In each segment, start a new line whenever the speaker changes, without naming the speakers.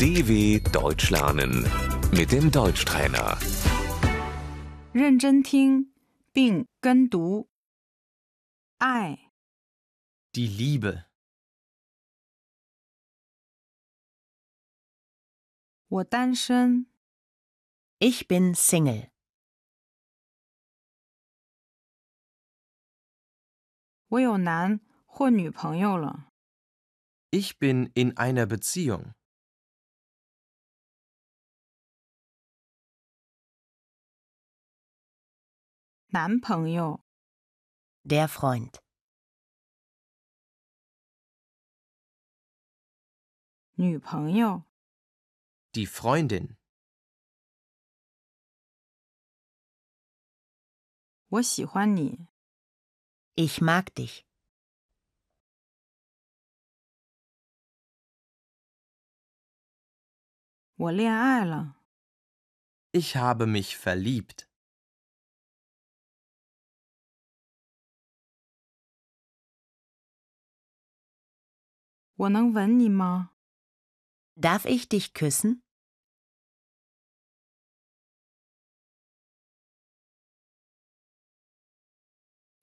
DW Deutsch lernen mit dem Deutschtrainer.
认真听并跟读。爱、
Die Liebe,
我单身、
Ich bin Single.
我有男或女朋友了。
ich bin in einer Beziehung.
男朋友、
Der Freund.
女朋友、
Die Freundin,
我喜欢你、
Ich mag dich.
我恋爱了、
ich habe mich verliebt.
我能吻你吗？
Darf ich dich küssen?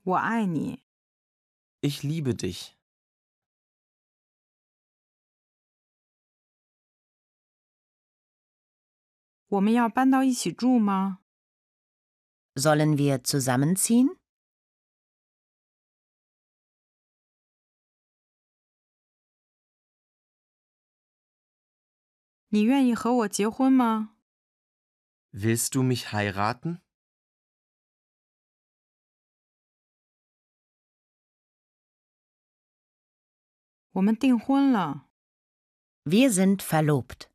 我爱你，
Ich liebe dich.
我们要搬到一起住吗？
Sollen wir zusammenziehen?
你愿意和我结婚吗？
Willst du mich heiraten?
我们订婚了，
Wir sind verlobt.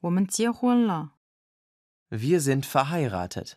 我们结婚了，
Wir sind verheiratet.